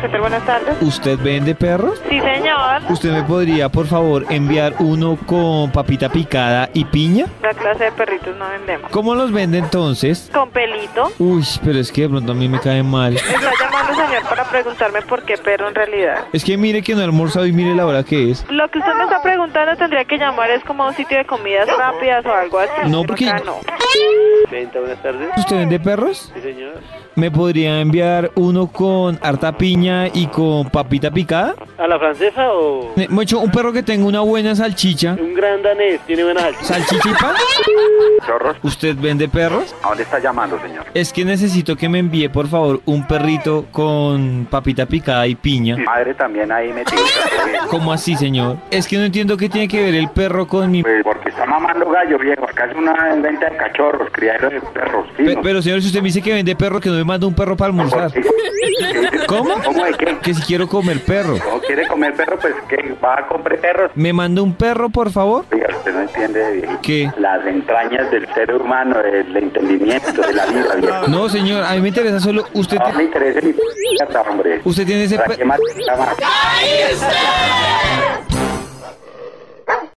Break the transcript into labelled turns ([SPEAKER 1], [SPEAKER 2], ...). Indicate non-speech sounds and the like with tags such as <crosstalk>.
[SPEAKER 1] ¿Qué tal? Buenas tardes.
[SPEAKER 2] ¿Usted vende perros?
[SPEAKER 1] Sí, señor.
[SPEAKER 2] ¿Usted me podría, por favor, enviar uno con papita picada y piña?
[SPEAKER 1] La clase de perritos no vendemos.
[SPEAKER 2] ¿Cómo los vende entonces?
[SPEAKER 1] Con pelito.
[SPEAKER 2] Uy, pero es que de pronto a mí me cae mal.
[SPEAKER 1] Me está llamando, señor, para preguntarme por qué perro en realidad.
[SPEAKER 2] Es que mire que no he almorzado y mire la hora que es.
[SPEAKER 1] Lo que usted me está preguntando tendría que llamar es como a un sitio de comidas rápidas o algo así.
[SPEAKER 2] No, porque-
[SPEAKER 1] Acá no.
[SPEAKER 3] Venta, buenas tardes.
[SPEAKER 2] ¿Usted vende perros?
[SPEAKER 3] Sí, señor.
[SPEAKER 2] ¿Me podría enviar uno con harta piña y con papita picada?
[SPEAKER 3] ¿A la francesa o
[SPEAKER 2] Eh, Mocho, un perro que tenga una buena salchicha.
[SPEAKER 3] un gran danés? Tiene buena salchicha.
[SPEAKER 2] ¿Salchicha y pan?
[SPEAKER 4] Chorros,
[SPEAKER 2] ¿Usted vende perros?
[SPEAKER 4] ¿a dónde está llamando, señor?
[SPEAKER 2] Es que necesito que me envíe, por favor, un perrito con papita picada y piña.
[SPEAKER 4] Mi madre también ahí metida.
[SPEAKER 2] ¿Cómo así, señor? Es que no entiendo qué tiene que ver el perro con mi...
[SPEAKER 4] Pues porque está mamando gallo, viejo. Acá es una venta de cachorros, criaderos de perros
[SPEAKER 2] Pe-
[SPEAKER 4] finos.
[SPEAKER 2] pero, señor, si usted me dice que vende perro, que no me manda un perro para almorzar.
[SPEAKER 4] Porque-
[SPEAKER 2] <laughs> ¿Cómo?
[SPEAKER 4] ¿Cómo de qué?
[SPEAKER 2] Que si quiero comer perro.
[SPEAKER 4] ¿No quiere comer perro? Pues que va a comprar perros.
[SPEAKER 2] ¿Me manda un perro, por favor?
[SPEAKER 4] Oiga, usted no entiende, viejo.
[SPEAKER 2] ¿Qué?
[SPEAKER 4] Las entrañas del ser humano, del entendimiento, de la vida, viejo. No,
[SPEAKER 2] No, señor, a mí me interesa solo... Usted, ti-
[SPEAKER 4] me interesa ni p***, hombre.
[SPEAKER 2] usted tiene ese...
[SPEAKER 4] ¿Para
[SPEAKER 2] pe-
[SPEAKER 4] qué más?